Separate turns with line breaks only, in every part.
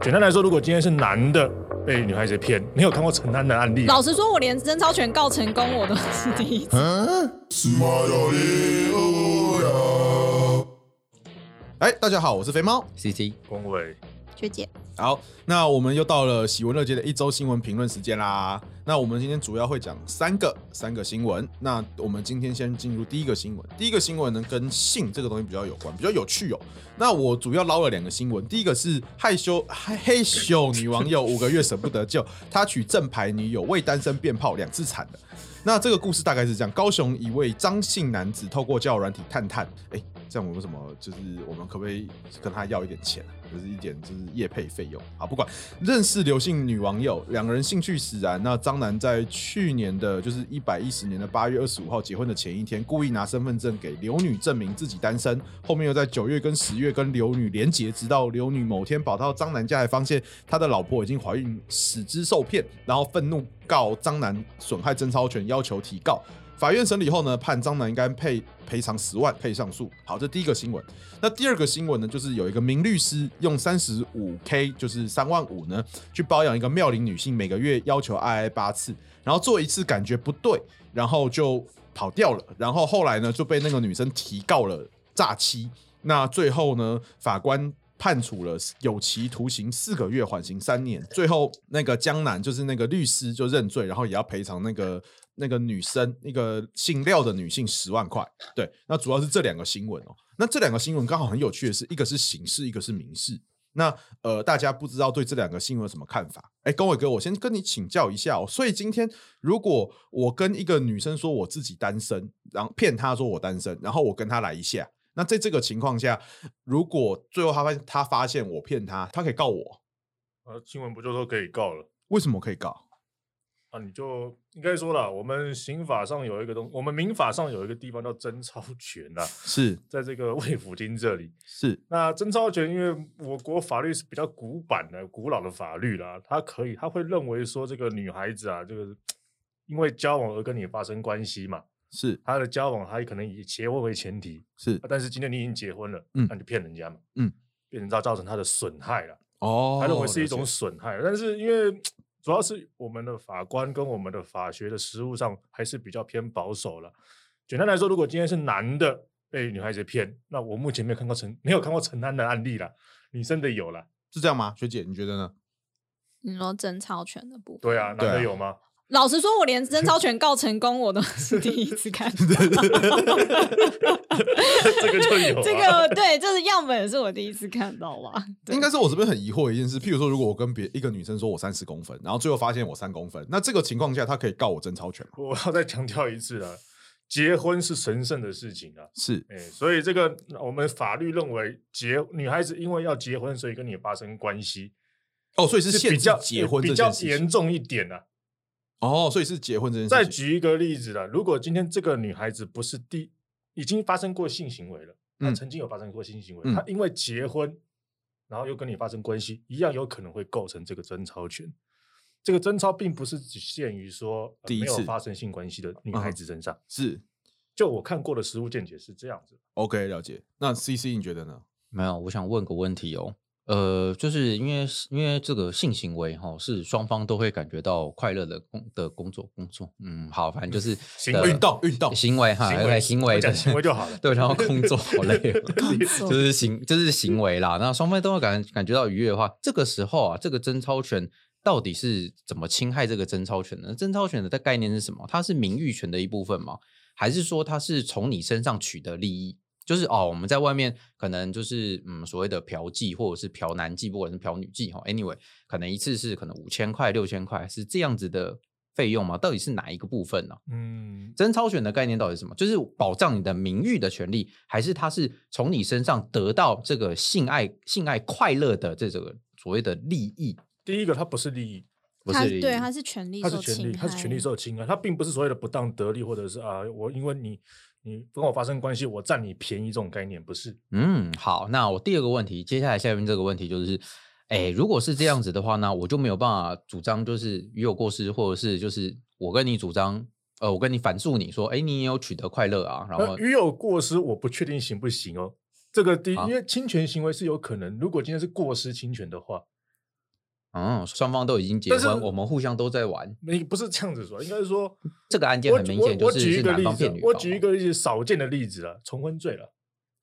简单来说，如果今天是男的被女孩子骗，你有看过承担的案例吗？
老实说，我连曾超权告成功我都是第一次。
嗯
哎，大家好，我是肥猫。
C C，
恭维，
学姐，
好，那我们又到了喜闻乐见的一周新闻评论时间啦。那我们今天主要会讲三个三个新闻。那我们今天先进入第一个新闻。第一个新闻呢，跟性这个东西比较有关，比较有趣哦。那我主要捞了两个新闻，第一个是害羞害害羞女网友五个月舍不得救，他娶正牌女友为单身变炮两次惨了。那这个故事大概是这样：高雄一位张姓男子透过交友软体探探，哎、这样我们什么就是我们可不可以跟他要一点钱啊，就是一点就是业配费用啊？不管，认识刘姓女网友，两个人兴趣使然。那张楠在去年的就是一百一十年的八月二十五号结婚的前一天，故意拿身份证给刘女证明自己单身，后面又在九月跟十月跟刘女连结，直到刘女某天跑到张楠家来，发现他的老婆已经怀孕，使之受骗，然后愤怒告张楠损害贞操权，要求提告。法院审理后呢，判张楠应该赔赔偿十万，可以上诉。好，这第一个新闻。那第二个新闻呢，就是有一个名律师用三十五 K，就是三万五呢，去包养一个妙龄女性，每个月要求爱爱八次，然后做一次感觉不对，然后就跑掉了。然后后来呢，就被那个女生提告了诈欺。那最后呢，法官判处了有期徒刑四个月，缓刑三年。最后那个江南就是那个律师就认罪，然后也要赔偿那个那个女生那个姓廖的女性十万块。对，那主要是这两个新闻哦。那这两个新闻刚好很有趣的是，一个是刑事，一个是民事。那呃，大家不知道对这两个新闻有什么看法？哎，高伟哥，我先跟你请教一下哦。所以今天如果我跟一个女生说我自己单身，然后骗她说我单身，然后我跟她来一下，那在这个情况下，如果最后她发现她发现我骗她，她可以告我，
呃，新闻不就说可以告了？
为什么可以告？
啊，你就应该说了，我们刑法上有一个东，我们民法上有一个地方叫贞操权啊，
是
在这个卫福厅这里。
是
那贞操权，因为我国法律是比较古板的、古老的法律啦，它可以，它会认为说这个女孩子啊，这个因为交往而跟你发生关系嘛，
是
她的交往她可能以结婚为前提，
是
啊但是今天你已经结婚了，
嗯
那你就骗人家嘛，
嗯，
骗人家造成她的损害了。
哦
他认为是一
了
种
解
损害。但是因为主要是我们的法官跟我们的法学的实务上还是比较偏保守了。简单来说，如果今天是男的被女孩子骗，那我目前没有看过陈没有看过陈安的案例啦，女生的有啦，
是这样吗？学姐，你觉得呢？
你说曾超权的部分，
对啊，男
对啊
的有吗？
老实说，我连曾超权告成功我都是第一次 看到。
这个就有、啊。
这个对，这是样本也是我第一次看到吧？对
应该是我这边很疑惑的一件事，譬如说，如果我跟别一个女生说我三十公分，然后最后发现我三公分，那这个情况下，她可以告我贞操权吗？
我要再强调一次啊，结婚是神圣的事情啊。
是
哎、所以这个我们法律认为结女孩子因为要结婚，所以跟你发生关系
哦，所以是限
比
制
较
结婚
比
这
较
件事情
严重一点啊。
哦，所以是结婚这件
再
事情。
举一个例子啦，如果今天这个女孩子不是第已经发生过性行为了，她
嗯
曾经有发生过性行为，
嗯
她因为结婚，然后又跟你发生关系，一样有可能会构成这个贞操权。这个贞操并不是只限于说、呃
第一
没有
次
发生性关系的女
嗯
孩
哼
子身上，
是
就我看过的实物见解是这样子。
OK，了解。那 C C 你觉得呢？
没有，我想问个问题哦。呃，就是因为因为这个性行为哈、是双方都会感觉到快乐的工的工作工作，嗯，好，反正就是
行
呃
为
运动运动
行为哈，
行为
OK，行哎为
我讲行为就好了
对，然后工作 好累哦、
作
就是行就是行为啦。那双方都会感感觉到愉悦的话，这个时候啊，这个贞操权到底是怎么侵害这个贞操权呢？贞操权的概念是什么？它是名誉权的一部分吗？还是说它是从你身上取得利益？就是哦，我们在外面可能就是嗯所谓的嫖妓或者是嫖男妓，不管是嫖女妓哈，anyway，可能一次是可能五千块、六千块是这样子的费用吗？到底是哪一个部分呢、
嗯，
贞操权的概念到底是什么？就是保障你的名誉的权利，还是它是从你身上得到这个性爱、性爱快乐的这种所谓的利益？
第一个它不是利益，
不
他
是利益
对，他是权利
它是
受
权利，
侵
它是权利
害
受侵害，它并不是所谓的不当得利，或者是啊、我因为你你跟我发生关系，我占你便宜这种概念不是。
嗯，好，那我第二个问题，接下来下面这个问题就是，哎，如果是这样子的话呢，我就没有办法主张就是与有过失，或者是就是我跟你主张，呃，我跟你反诉你说，哎，你也有取得快乐啊，然后
呃，鱼有过失，我不确定行不行哦。这个第一，
啊
因为侵权行为是有可能，如果今天是过失侵权的话，
嗯，双方都已经结
但是
婚，我们互相都在玩。
你不是这样子说，应该是说
这个案件
我
很
举
明显
我
就
我
是
举一
是
个
男
例
方
子
骗
啊
女，
我
方
举一
嘛
个例子少见的例子了，重婚罪了。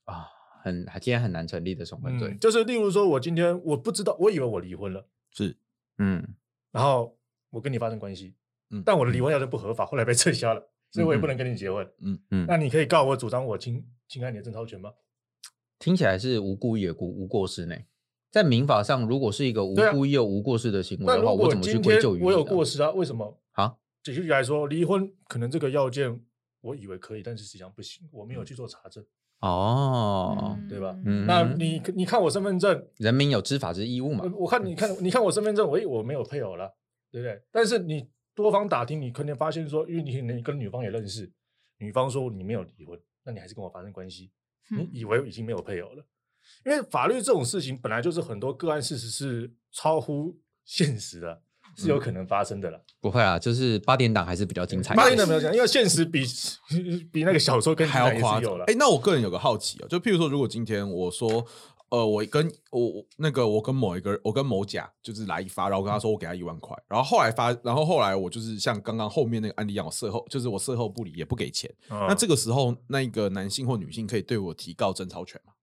啊，很今天很难成立的重婚罪
嗯，。就是例如说，我今天我不知道，我以为我离婚了，
是
嗯，
然后我跟你发生关系，
嗯
但我的离婚要是不合法，后来被撤销了，所以我也不能跟你结婚。
嗯
嗯
那你可以告我主张我侵侵害你的贞操权吗？
听起来是无故也无无过失呢。在民法上，如果是一个无
对啊
故又无过失的行为
那
的话，
如
我
果
怎么去
今
归
天
咎于
我
你
有
呢
过失啊，为什么？
啊？
解释来说，离婚可能这个要件我以为可以，但是实际上不行，我没
嗯
有去做查证。
哦，
对吧
嗯
那你你看我身份证，
人民有知法之义务嘛
我？我看你看你看我身份证，我我没有配偶了，对不对？但是你多方打听，你可能发现说，因为你可能跟女方也认识，女方说你没有离婚，那你还是跟我发生关系，你
嗯
以为已经没有配偶了？因为法律这种事情本来就是很多个案事实是超乎现实的，是
嗯
有可能发生的了。
不会啊，就是八点档还是比较精彩的。
八零的没有讲，因为现实比比那个小说跟
还要
也
夸
是有
张
了。。
哎、那我个人有个好奇哦，就譬如说，如果今天我说，呃，我跟我我那个我跟某一个我跟某甲就是来一发，然后跟他说我给他一万块，然后后来发，然后后来我就是像刚刚后面那个案例一样，我事后就是我事后不理也不给钱，那
那
这个时候那个男性或女性可以对我提告贞操权吗？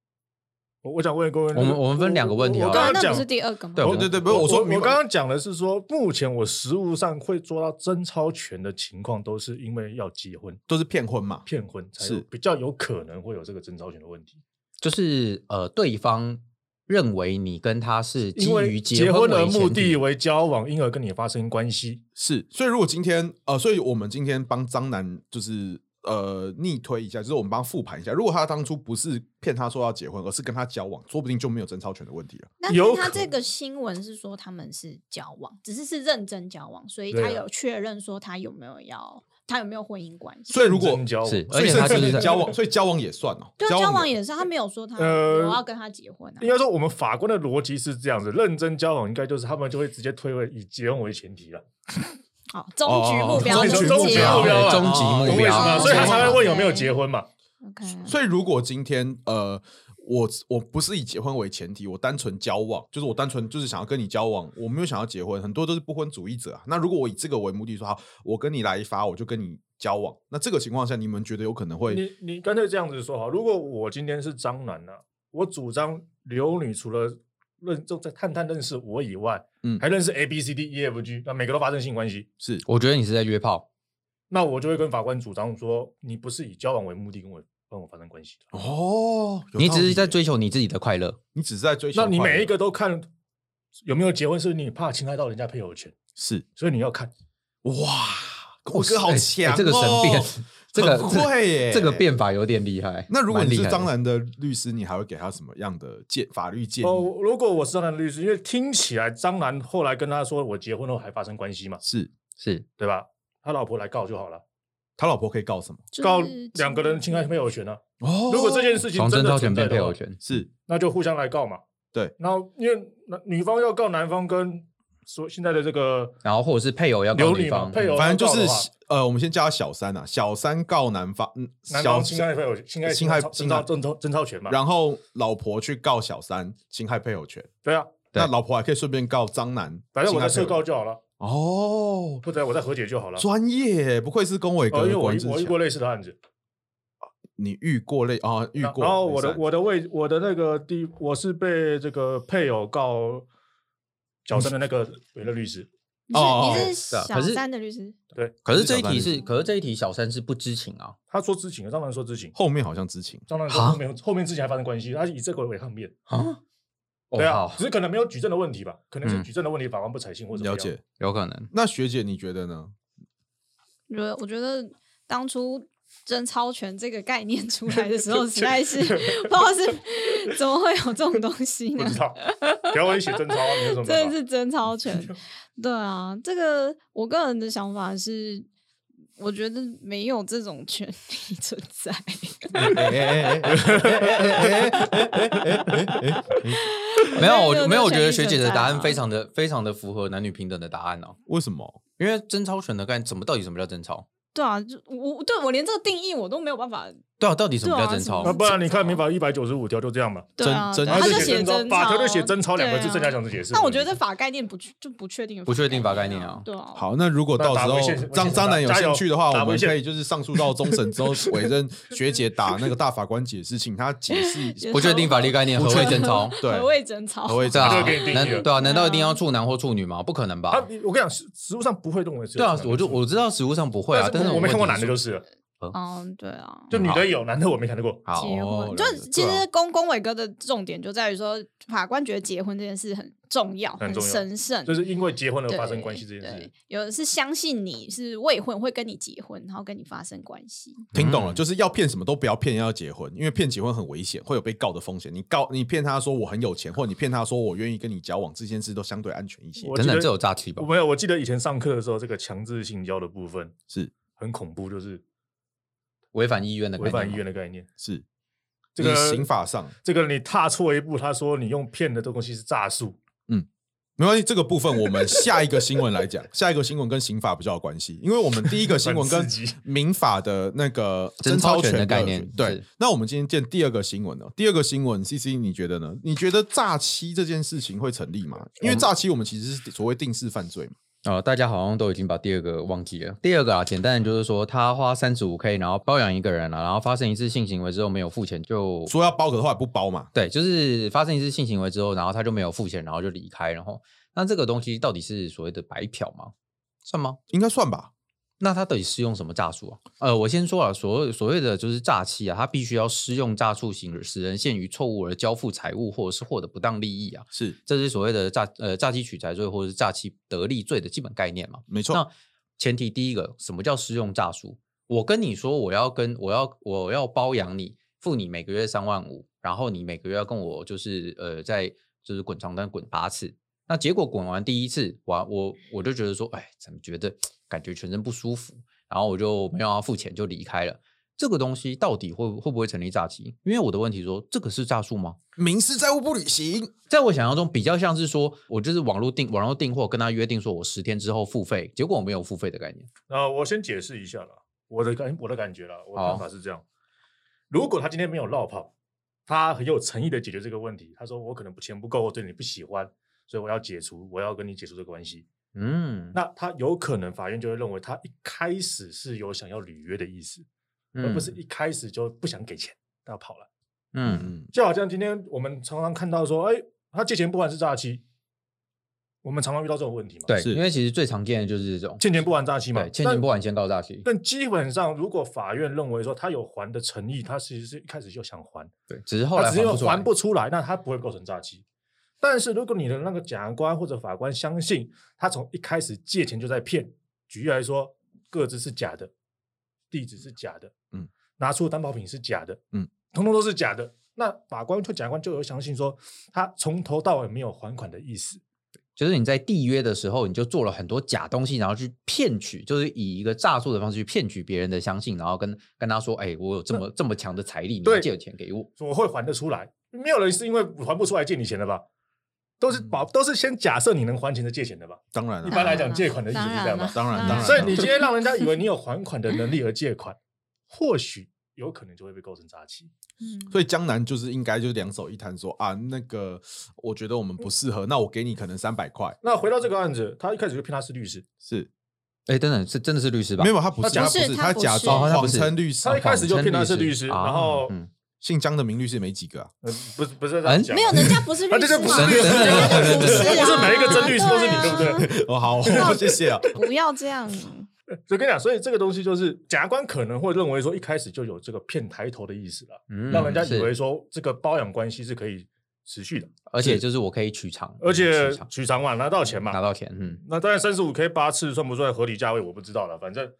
我我想问各位，
我们我们分两个问题
我
好
我
了
刚刚
啊，那
讲
不是第二个吗？
对
哦，对对，不是我说
我
明白
我刚刚讲的是说，目前我实务上会做到真超权的情况，都是因为要结婚、
都是骗婚嘛，
骗婚才有
是
比较有可能会有这个真超权的问题。
就是呃，对方认为你跟他是基
因为
于
结
婚
的
为前
目的
提，
为交往，因而跟你发生关系。
是，所以如果今天呃，所以我们今天帮张楠就是呃逆推一下，就是我们帮复盘一下，如果他当初不是骗他说要结婚，而是跟他交往，说不定就没有贞操权的问题了。
但
有
是他
可
这个新闻是说他们是交往，只是是认真交往，所以
对啊
他有确认说他有没有要他有没有婚姻关系。
所以如
认
果
真交往
是
所以
而且他
甚
就是
至
在
交往，所以交往也算哦，
对啊交往
也
也是，他没有说他
呃
我要跟他结婚啊
应。该说，我们法官的逻辑是这样子：认真交往，应该就是他们就会直接推为以结婚为前提了。
好，终局目标
哦
是
终局
结婚
目标
对
啊
终极
哦
懂我
目
意思
标
吗？
哦
所以他才会问有没有
OK
结婚嘛。
OK，
所以如果今天呃。我我不是以结婚为前提，我单纯交往，就是我单纯就是想要跟你交往，我没有想要结婚，很多都是不婚主义者啊。那如果我以这个为目的说，好，我跟你来一发，我就跟你交往，那这个情况下，你们觉得有可能会
你你干脆这样子说好，如果我今天是张楠呢、我主张刘女除了认就在探探认识我以外，
嗯
还认识 A B C D E F G，那每个都发生性关系，
是
我觉得你是在约炮。
那我就会跟法官主张说，你不是以交往为目的跟我跟我发生关系的，
哦，有
你
道
只是
理
在
耶
追，求你自己的快乐，
你只是在追求
那
快
你
乐。
每一个都看有没有结婚，是你怕侵害到人家配偶权，
是
所以你要看。
哇，狗哥好
哎哎
强、哦
这个神 变， 这个
很
这个
会耶
这个变法有点厉害。
那如果
蛮
你
厉
是
害
张
的，
兰的律师，你还会给他什么样的建法律建议？
哦，如果我是张楠律师，因为听起来张楠后来跟他说我结婚后还发生关系嘛，
是
是
对吧？他老婆来告就好了，
他老婆可以告什么？
就是
告两个人侵害配偶权啊。
哦
如果这件事情
从
真
贞
的
操
存
权
在
变
的
配
话
偶，权，
是
那就互相来告嘛。
对，
然后因为男女方要告男方跟说现在的这个
然后或者是配偶要告
刘
女
女嘛
方，嗯
配偶
反正就
要
是
告的话
呃，我们先叫他小三啊，小三告男方，嗯，
男
小
方侵害配偶侵害
侵害
征召征召征召权嘛。
然后老婆去告小三侵害配偶权，
对啊，
对
那老婆还可以顺便告张楠，
反正我在
侵害
社
配偶
告就好了，
哦，
或者我在和解就好了。
专业不愧是龚伟
哦，
哥
因为
的
我
关
遇
之
我遇
前。
过类似的案子，
你遇过类啊？遇
然
过。
然后我
类似
的
案
我的位我的那个地，我是被这个配偶告小三的那个委任律师，
你是
哦
你是
是啊可
小
是
三的律师，
可是这一题
小三
是，
律
可是这一题小三是不知情啊。
他说知情，张楠说知情，
后面好像知情，
张楠说
哈
后面后面之前还发生关系，他以这个为抗辩。
啊，哦
对啊
好，
只是可能没有举证的问题吧，可能是
嗯
举证的问题，法官不采信或者
了解。
有可能。
那学姐你觉得呢？
我觉得我觉得当初贞操权这个概念出来的 时候，实在是不知道是怎么会有这种东西
不
呢？
知道， 不要问写真钞啊，你有什么
真
办
的
法？
是贞 操权。对啊，这个我个人的想法是，我觉得没有这种权利存在。
没有，
没有
我没有，
这
我
个
觉得
权利
学姐
存
的
在
答案
啊
非常的非常的符合男女平等的答案哦。
为什么？
因为贞操权的概念，怎么到底什么叫贞操？
对啊，就我对我连这个定义我都没有办法
对啊，到底什么
对
叫
啊
贞操
什
那
么？
不然你看民法一百九十五条就这样嘛，
对啊，
真
他
它
真
就
就
写
真
真
法条就写
钞
真钞两个字，
对啊
剩下讲是解释。
那我觉得法概念不就不确定有
不确定法概念
啊
啊，
对啊，，
好，那如果
那
到时
打
候
回现实
张
我先
张楠有
打
兴趣的话，
加油
我们
打
可
回
以就是上诉到终审 之后，委任学姐打那个大法官解释，请她解释。
不确定法律概念，
不
何
确
谓
定
贞操？
对
何，谓贞操？
何谓
对
这
啊
就给你定，义
难
了
对啊，难道一定
对啊
要处男或处女吗？不可能
他，
吧？
你我跟你讲，实实物上不会认为是
对
有
啊
这，样
我就
的
我知道实物上不会啊，但
但
是
我没看过男的就是是了，
嗯，对啊，
就女的有，男的我没看到过。
好
结
哦
婚，
了
就
解
其
对啊
实公公伟哥的重点就在于说，法官觉得结婚这件事很重要、
很
很
重要
神圣，
就是因为结婚而发生
对
关系这件
对
事，
有的是相信你是未婚会跟你结婚，然后跟你发生关系。
听懂了，
嗯
就是要骗什么都不要骗，要结婚，因为骗结婚很危险，会有被告的风险。你告你骗他说我很有钱，或你骗他说我愿意跟你交往，这件事都相对安全一些。
我
真
记
的
得
这有诈欺吧
我？没有，我记得以前上课的时候，这个强制性交的部分
是
很恐怖，就是
违反意愿的概
违
念吗，
反意愿的概念。
是，
这
你
个
刑法上
这个你踏错一步，他说你用骗的东西是诈术，
没关系，这个部分我们下一个新闻来讲。 下一个新闻跟刑法比较有关系，因为我们第一个 新闻跟
很刺激
民法的那个
贞
操
操权的
的
概念
对
是，
那我们今天见第二个新闻呢？第二个新闻，C C，你觉得呢？你觉得诈欺这件事情会成立吗？因为诈欺我们其实是所谓定式犯罪嘛。
呃，大家好像都已经把第二个忘记了。第二个啊，简单的就是说，他花三十五 k，然后包养一个人啊，然后发生一次性行为之后没有付钱就，
说要包，可是后来不包嘛。
对，就是发生一次性行为之后，然后他就没有付钱，然后就离开，然后那这个东西到底是所谓的白嫖吗？算吗？
应该算吧，
那他到底适用什么诈术啊？呃，我先说啊，所谓所谓的就是诈欺啊，他必须要适用诈术行，使人陷于错误而交付财物或者是获得不当利益啊，
是
这是所谓的诈呃诈欺取财罪或者是诈欺得利罪的基本概念嘛。
没错
那。前提第一个，什么叫适用诈术？我跟你说，我要跟我要我要包养你，付你每个月三万五，然后你每个月要跟我就是呃，在就是滚床单滚八次。那结果滚完第一次，我我我就觉得说，哎，怎么觉得感觉全身不舒服，然后我就没有要付钱就离开了。这个东西到底会会不会成立诈欺？因为我的问题说，这个是诈术吗？
民事债务不履行，
在我想象中，比较像是说我就是网络订网络订货，跟他约定说我十天之后付费，结果我没有付费的概念。
啊，我先解释一下啦，我的感我的感觉啦，我的
好
看法是这样：如果他今天没有落跑，他很有诚意的解决这个问题，他说我可能不钱不够，我对你不喜欢，所以我要解除，我要跟你解除这个关系。
嗯，
那他有可能法院就会认为他一开始是有想要履约的意思，而不是一开始就不想给钱，他跑了。
嗯，
嗯，
就好像今天我们常常看到说，哎，他借钱不还是诈欺，我们常常遇到这种问题嘛。
对，
是
因为其实最常见的就是这种
欠钱不还诈欺嘛，
对，欠钱
那
不还先告诈欺。
但基本上，如果法院认为说他有还的诚意，他其实是一开始就想还，
对，只是后来
啊他只
还
有
不出来
还不出来，那他不会构成诈欺。但是如果你的那个检察官或者法官相信他从一开始借钱就在骗，举例来说，个资是假的，地址是假的，
嗯，
拿出的担保品是假的，
嗯，
通通都是假的，那法官或检察官就有相信说他从头到尾没有还款的意思。
就是你在缔约的时候，你就做了很多假东西，然后去骗取，就是以一个诈术的方式去骗取别人的相信，然后跟跟他说，哎，我有这么这么强的财力，你
对
借有钱给我。
我会还得出来。没有人是因为还不出来借你钱的吧？都是保，都是先假设你能还钱的借钱的吧？
当然了、
一般来讲借款的意思是这样吗
当然当然
所以你今天让人家以为你有还款的能力而借款，或许有可能就会被构成诈欺。
所以江南就是应该就是两手一摊说啊，那个我觉得我们不适合，那我给你可能三百块，
那回到这个案子，他一开始就骗他是律师，
是
哎，等等，是真的是律师吧？
没有他不是
他
他
不
不
是
是
他不
假
是
装
哦他
谎
不是
称律师
他，一开始就骗他是律师，
谎称
然后
嗯，
姓江的名律师没几个、啊，
呃不是不是这样
嗯
讲
没有，人家不是
啊
律
这
师
就不
嘛，
是律师，
真的真的
不是
真的
不是每一个真律师都是你，
啊
对不对？
哦好，谢谢
哦
啊，
不要这样，
所以跟你讲，所以这个东西就是检察官可能会认为说一开始就有这个骗抬头的意思了，
嗯
让人家以为
是
说这个包养关系是可以持续的。
而且就是我可以取偿，
而且
取偿
取偿嘛，拿到钱
拿
嘛，
到钱，嗯，
那当然三十五 K 八次算不算合理价位，我不知道了，反正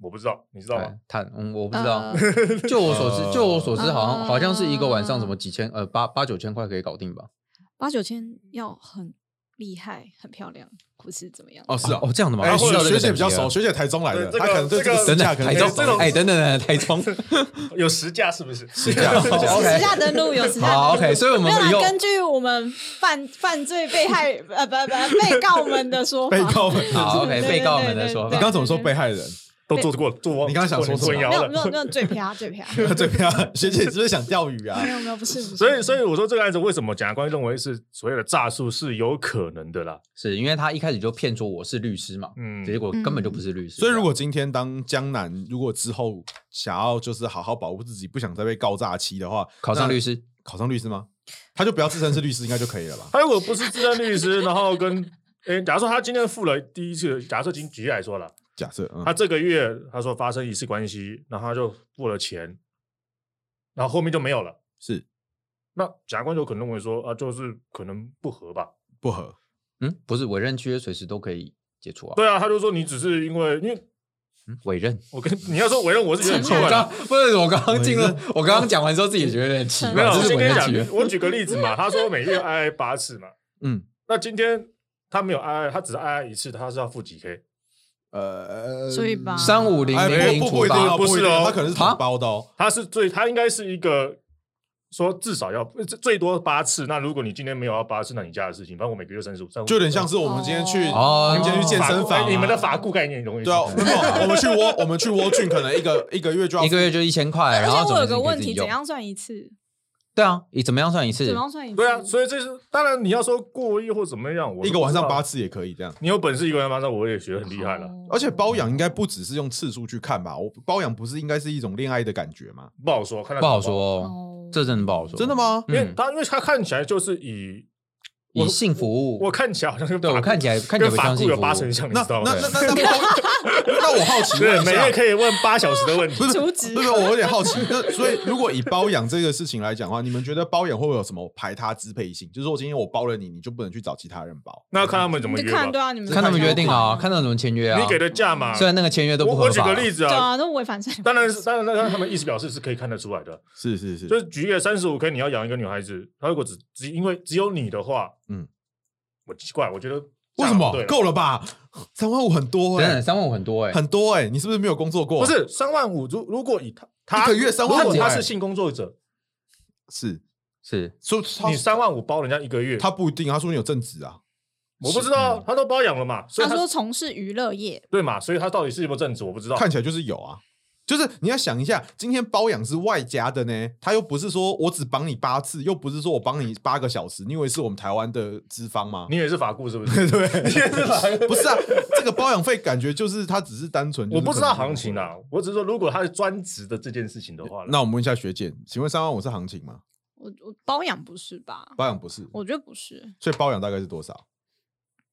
我不知道，你知道
对
哎
吗？，
他嗯，我不知道
呃，
就我所知，就我所知，
哦
好像好像是一个晚上
啊
什么几千呃八八九千块可以搞定吧？
八九千要很厉害、很漂亮，不是怎么样？
哦是啊。
哦这样的吗？
哎，
我不知道这
学学
个
姐
等
比
级
较
了
熟，学姐台中来的，
对这
她
个
可能对这个
这
身
等
个
价
等，
可能
台中
哎这种
哎，等等等等， 台中
有实价是不是？
实价哦
有
OK
实价登录有实价登录
好 OK，所以我
没
们
有
以
啦，
后
根据我们犯犯罪被害 呃不不被告们的说法，
被告们，
好 OK，
对
哎 被告们的说
你刚。
法
刚怎么说被害人？
都做过做完
你刚刚想说什么
混淆
没有没有
了。
没有嘴瓢嘴瓢，
这边啊学姐是不是想钓鱼啊
没？有没有不是不是，
所以，所以我说这个案子为什么检察官认为是所谓的诈术是有可能的啦？
是因为他一开始就骗说我是律师嘛，
嗯，
结果根本就不是律师。
所以，如果今天当江南，如果之后想要就是好好保护自己，不想再被告诈欺的话，
考上
那
律师，
考上律师吗？他就不要自称是律师，应该就可以了吧？
他如果不是自认律师，然后跟诶、假如说他今天付了第一次，假设今举例来说了，
假设，嗯
他，这个月他说发生一次关系，然后他就付了钱，然后后面就没有了。
是
那检察官有可能认为说啊，就是可能不合吧？
不合，
嗯，不是委任契约随时都可以解除啊。
对啊，他就说你只是因为因为
嗯，委任。
我跟你要说委任我是觉得很奇
啊
我
怪
刚
的。
不是我刚刚进入，我刚刚讲完之后自己也觉得有点奇
没
怪，
有，
这
我
是
先
委
跟你
任契约
讲，。我举个例子嘛，他说每月挨挨八次嘛，
嗯，
那今天他没有挨挨，他只是挨挨一次，他是要付几 K？
呃，
所以吧
三五零
哎，
零
不不
零除
不一定
八
哦，
不
一
是
定
哦
他可能是
啊
统包的哦。
他是最，他应该是一个说至少要呃最最多八次。那如果你今天没有要八次，那你家的事情，反正我每个月三十五，
就有点像是我们今天去，
哦
我们今天去健
法
身房
顾
啊，
哎你们的法顾概念容易
对啊，没有，我们去窝，我们去窝郡，可能一个一个月就要
一个月就一千块，
而
然后
且哎我
怎么
有个问题，
用
怎？样算一次？
对啊，你怎么样算一次
怎？么算一次？
对啊，所以这是当然你要说过夜或怎么样，我
一个晚上八
次，
次也可以这样。
你有本事一个晚上八次，我也学得很厉害了，
哦
而且包养应该不只是用次数去看吧？我包养不是应该是一种恋爱的感觉吗？
不好说，看他
不好
怎么
说，哦，
哦
这真的不好说。
真的？吗？
包，因为
嗯，
他因为他看起来就是以
以性服务，
我看起来好像跟
对
法
我
顾
看起来看起
跟
来不
法
像
顾
性服
有
务。
八成像，你
那
知道吗
那？那那那那，那我好奇
对
问，一
每月
下，
可以问八小时的问题
不。是
除职
不是，我有点好奇。那所以，如果以包养这个事情来讲的话，你们觉得包养会不会有什么排他支配性？就是说，今天我包了你，你就不能去找其他人包？
那要看他们怎么
你
约
就
吧
看。对啊，你们
看他们
怎么
约定啊，
看
看他们怎么签约啊。
你给的价嘛，
虽然那个签约都不
我
合
我举
法
个，例子
对
啊，
啊，那违反善良。
当然是，当然，那他们意思表示是可以看得出来的。
是是是，
就是举个三十五 K，你要养一个女孩子，她如果只只因为只有你的话，
嗯
嗯，我奇怪，我觉得
为什
这
么
样不对了
够了吧？三万五很多
等
哎
等，，三万五很多哎，
很多哎，你是不是没有工作过？
不是三万五？如如果以他他
一个月35,000
如果他
哎
是性工作者，
是，
是
所以
你
他
三万五包人家一个月，
他不一定，他说你有正职啊，
我不知
嗯
道，他都包养了嘛，所以
他说从事娱乐业，
对嘛，所以他到底是有没有正职，我不知道。
看起来就是有啊。就是你要想一下，今天包养是外加的呢，他又不是说我只绑你八次，又不是说我绑你八个小时，你以为是我们台湾的资方吗？
你也是法顾是不 是？对，你也是法顾。
不是啊， 这个包养费感觉就是他只是单纯，
我不知道行情。啊啦，我只是说，如果他是专职的这件事情的话，
那我们问一下学姐，请问三万五是行情吗？
我我包养不是吧？
包养不是，
我觉得不是，
所以包养大概是多少？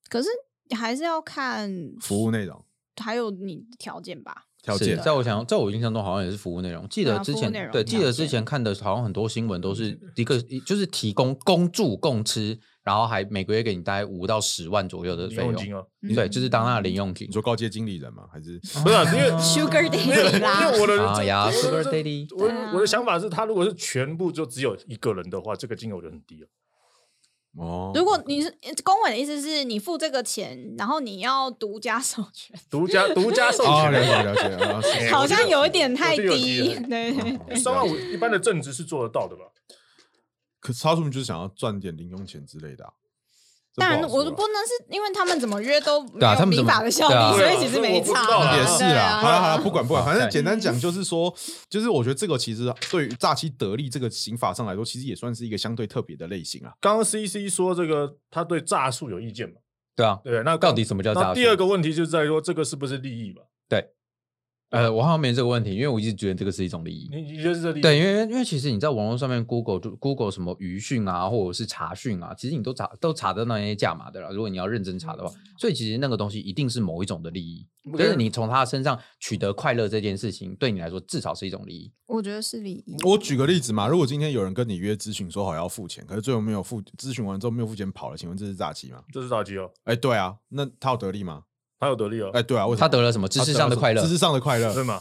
可是还是要看
服务内容
还有你的条件吧。
条
是，
件
在我想，在我印象中好像也是服务内容。记
对
得
啊
之
服务
前
内容
对，记得
了
之
解
前看的好像很多新闻都是一个，一就是提供供住供吃，然后还每个月给你大概五到十万左右的
零
费
用金
用。
啊，
嗯
对，就是当他的零用金
你。说高阶经理人吗？还是
不是啊因为
哦 Sugar
因为
Daddy
因
啦，
为我的
啊呀
这
，Sugar
这
Daddy
我
对啊
我的想法是，他如果是全部就只有一个人的话，这个金额我觉得很低了。
哦？
如果你是呃公文的意思是你付这个钱，然后你要独家授权，
独家独家授
哦，
权
了
的
解了解啊，是
哎
好像有一点
我
太
就有低
低。
了
对 对，
哦
三万五一般的正职是做得到的吧？
可是他说明就是想要赚点零用钱之类的、啊。这
当然
不好
我
说啊
不
啦
能是因为他们怎么约都没
对啊他
有
们怎
民
么
法的效力，
对啊
所以其实
对啊
没
我不
差
知道啦
啊。
也是
对
啦，
啊
好了好了，不管不管，反正
对
简单讲就是说，就是我觉得这个其实对于诈欺得利这个刑法上来说，其实也算是一个相对特别的类型啊。
刚刚 C C 说这个他对诈术有意见嘛？
对啊，
对，那
到底什么叫诈
那
术？
第二个问题就在于说这个是不是利益嘛？
呃，我好像没这个问题，因为我一直觉得这个是一种利益。
你你觉得是这利益？
对，因为因为其实你在网络上面 Google 就 Google 什么鱼讯啊，或者是查讯啊，其实你都查都查得到那些价码的啦。如果你要认真查的
嗯
话，所以其实那个东西一定是某一种的利益，
我
就
觉
是
得
你从他身上取得快乐这件事情，对你来说至少是一种利益。
我觉得是礼仪。
我举个例子嘛，如果今天有人跟你约咨询，说好要付钱，可是最后没有付，咨询完之后没有付钱跑了，请问这是诈欺吗？
这是诈欺哦，
哎、对啊，那他有得利吗？
他有得利哦
哎、，对啊，为什么
他得了什么知识上的快乐
知？识上的快乐
对，吗？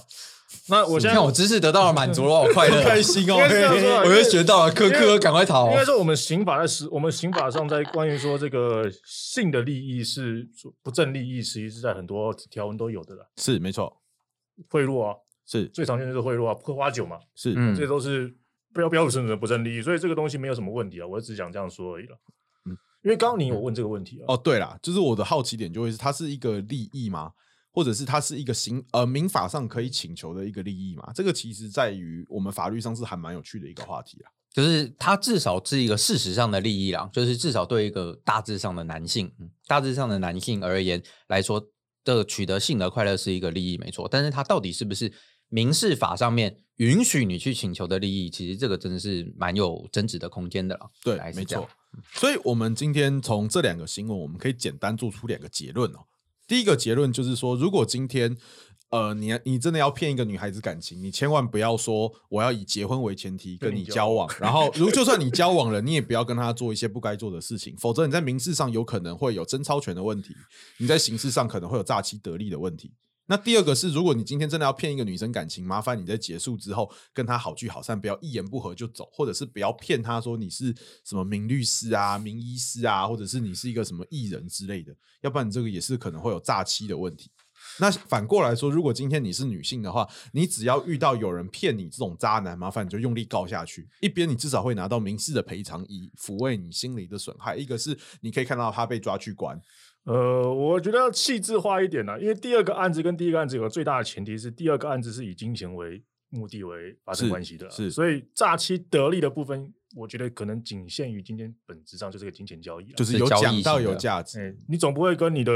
那我
你
现
看
在
我知识得到了满足了，我快乐
很，开心哦
应。该是这样说啊
我又学到了，科科赶快逃哦
应。该说，我们刑法在实，我们刑法上在关于说这个性的利益是不正利益，其实是在很多条文都有的啦。
是没错，
贿赂啊，
是
最常见就是贿赂啊，喝花酒嘛，
是、
嗯
这，都是标标准的不正利益，所以这个东西没有什么问题啊，我只想这样说而已了。
嗯
嗯
因为刚刚你有问这个问题啊，
哦，对啦，就是我的好奇点就会是，它是一个利益吗？或者是它是一个刑呃民法上可以请求的一个利益嘛？这个其实在于我们法律上是还蛮有趣的一个话题啊。
就是它至少是一个事实上的利益啦，就是至少对一个大致上的男性，嗯大致上的男性而言来说，这个取得性的快乐是一个利益，没错。但是它到底是不是民事法上面允许你去请求的利益，其实这个真的是蛮有争执的空间的啦。
对
还，是
没
这样嗯
错。所以，我们今天从这两个新闻，我们可以简单做出两个结论哦。第一个结论就是说，如果今天呃，你你真的要骗一个女孩子感情，你千万不要说我要以结婚为前提跟
跟
你
你
交
交
往，然后如就算你交往了，你也不要跟她做一些不该做的事情，否则你在民事上有可能会有争超权的问题，你在刑事上可能会有诈欺得利的问题。那第二个是，如果你今天真的要骗一个女生感情，麻烦你在结束之后跟她好聚好散，不要一言不合就走，或者是不要骗她说你是什么名律师啊、名医师啊，或者是你是一个什么艺人之类的，要不然你这个也是可能会有诈欺的问题。那反过来说，如果今天你是女性的话，你只要遇到有人骗你这种渣男，麻烦你就用力告下去。一边你至少会拿到民事的赔偿，以抚慰你心里的损害；一个是你可以看到他被抓去关，
呃，我觉得要细致化一点呢、因为第二个案子跟第一个案子有个最大的前提是，第二个案子是以金钱为目的为发生
是
关系的啊、
是
所以诈欺得利的部分，我觉得可能仅限于今天本质上就是个金钱交易啊，
就是
是
有
交易
讲
性
到
的
有价
哎、
值。
你总不会跟你的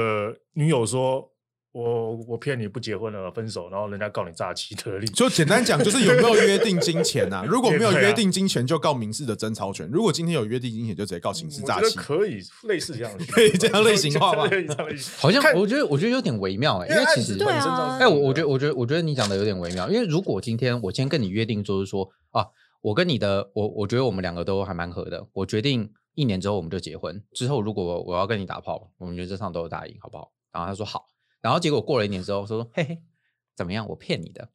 女友说，我我骗你不结婚了，分手，然后人家告你诈欺得利，
就简单讲，就是有没有约定金钱啊？如果没有
也对啊
约定金钱，就告民事的争吵权；如果今天有约定金钱，就直接告刑事
嗯我
诈
觉得
欺。
可以类似这 样的
可以这样类型 化吗
可以这样类型
好像
看
我觉得我觉得有点微妙哎、
因
因
为
为
案
其
子
实
本
对
身
啊
上
哎、
是呃
我我
这样
觉得，我觉得，我觉得你讲的有点微妙，因为如果今天我今天跟你约定，就是说啊，我跟你的，我我觉得我们两个都还蛮合的，我决定一年之后我们就结婚，之后如果我我要跟你打炮，我们原则上都有答应，好不好？然后他说好，然后结果过了一年之后说嘿嘿，怎么样？我骗你的，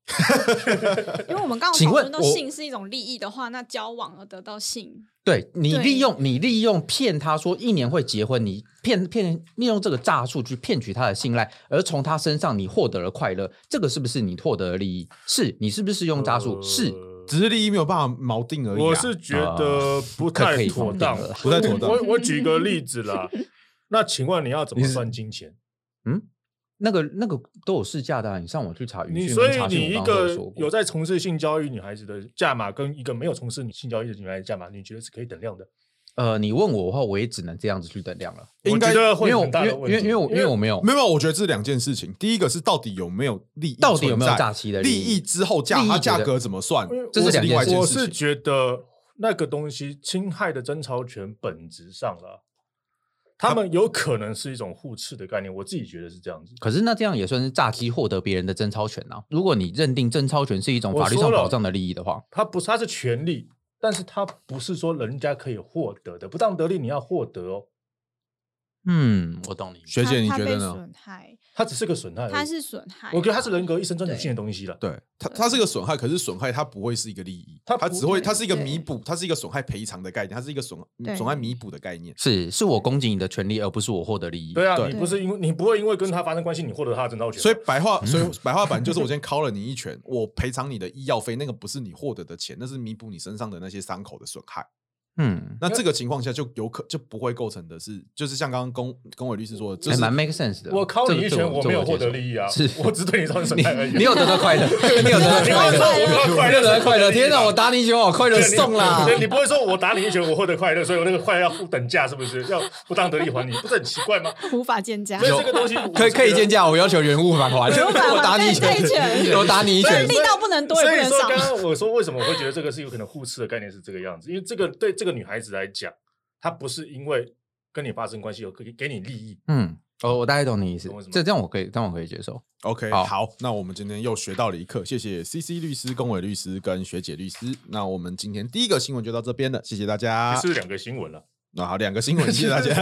因为我们刚刚
请
讨
问
论到
我
性是一种利益的话，那交往而得到性，
对你
对
利用你利用骗他说一年会结婚，你骗骗利用这个诈术去骗取他的信赖，而从他身上你获得了快乐，这个是不是你获得了利益？是你是不是用诈术？是。
呃
只是利益没有办法锚定而已、啊。
我是觉得不
啊可
太
以
妥
否定
当
了啦，
不太妥当
我我举个例子 啦，那请问你要怎么算金钱？
那个那个都有试价的、啊，你上网去查。
你
讯
所以
查询
你一
我刚刚都
个
说过
有在从事性交易女孩子的价码，跟一个没有从事性交易的女孩子价码，你觉得是可以等量的？
呃，你问我的话，我也只能这样子去等量了，
应该
我觉得
因
会
为
有
我
很
因
大
为
的
因
问
为
题，
因为我因为我没有
没有，我觉得这两件事情，第一个是到底有没有利益存在，
到底有没有诈欺的利
利
益
益之后价
利益
它
觉
价
得
格怎么算
因为，
这是两
另外一
件
件
我
事
是
情。
觉得那个东西侵害的争吵权本质上了，他们有可能是一种互斥的概念，我自己觉得是这样子。
可是那这样也算是诈欺获得别人的贞操权啊。如果你认定贞操权是一种
我
法律
说
上
了
保障的利益的话，
它不是，它是权利，但是它不是说人家可以获得的，不当得利你要获得哦，
嗯，我懂你。
学姐，
他
你
他
觉
被
得呢？
损害，
它只是个损害而已。
他是损害，
我觉得它是人格一生专属性的东西了。
对，它它是一个损害，可是损害它不会是一个利益，
它
它
不
只会
对
它是一个
对
弥补，它是一个损害赔偿的概念，它是一个损
对
损害弥补的概念。
是是我攻击你的权利，而不是我获得利益。
对啊，
对
你不是因为你不会因为跟他发生关系，你获得他的征兆权。
所以白话，
嗯
所以白话版就是 我今天敲了你一拳，我赔偿你的医药费，那个不是你获得的钱，那是弥补你身上的那些伤口的损害。
嗯，
那这个情况下就有可就不会构成的是，就是像刚刚龚龚伟律师说的，就
还
是
蛮 make sense 的。啊
我敲
这
你
个
一
这
拳，
个
我
这
没
个
有获
接
得
受
利益啊，
是
我只对你造成损害而已。啊
你有得到快 乐，你有得到
你
快
刚
乐
说，我要快乐，
你有得到快乐。天哪，我打你一拳，我快乐送啦
对！你不会说我打你一拳，我获得快乐，所以我那个快乐要付等价，是不是？要不当得利还你，不是很奇怪吗？
无法见家
所以，这个东西
可以可以见价，我要求原物返还。
返还
我打你一
对对 一
拳，
拳
我打你一
所以
拳
力。道不能多
所以
也不能
说，刚
少，
刚我说为什么我会觉得这个是有可能互斥的概念是这个样子，因为这个对这个女孩子来讲，她不是因为跟你发生关系有给给你利益，
嗯，我我大概懂你意思
懂为什。么
这这样我可以，这样我可以接受。
OK，
好
那我们今天又学到了一课，谢谢 CC 律师、龚伟律师跟学姐律师。那我们今天第一个新闻就到这边了，谢谢大家
这。是两个新闻了。
那好，两个新闻，谢谢大家。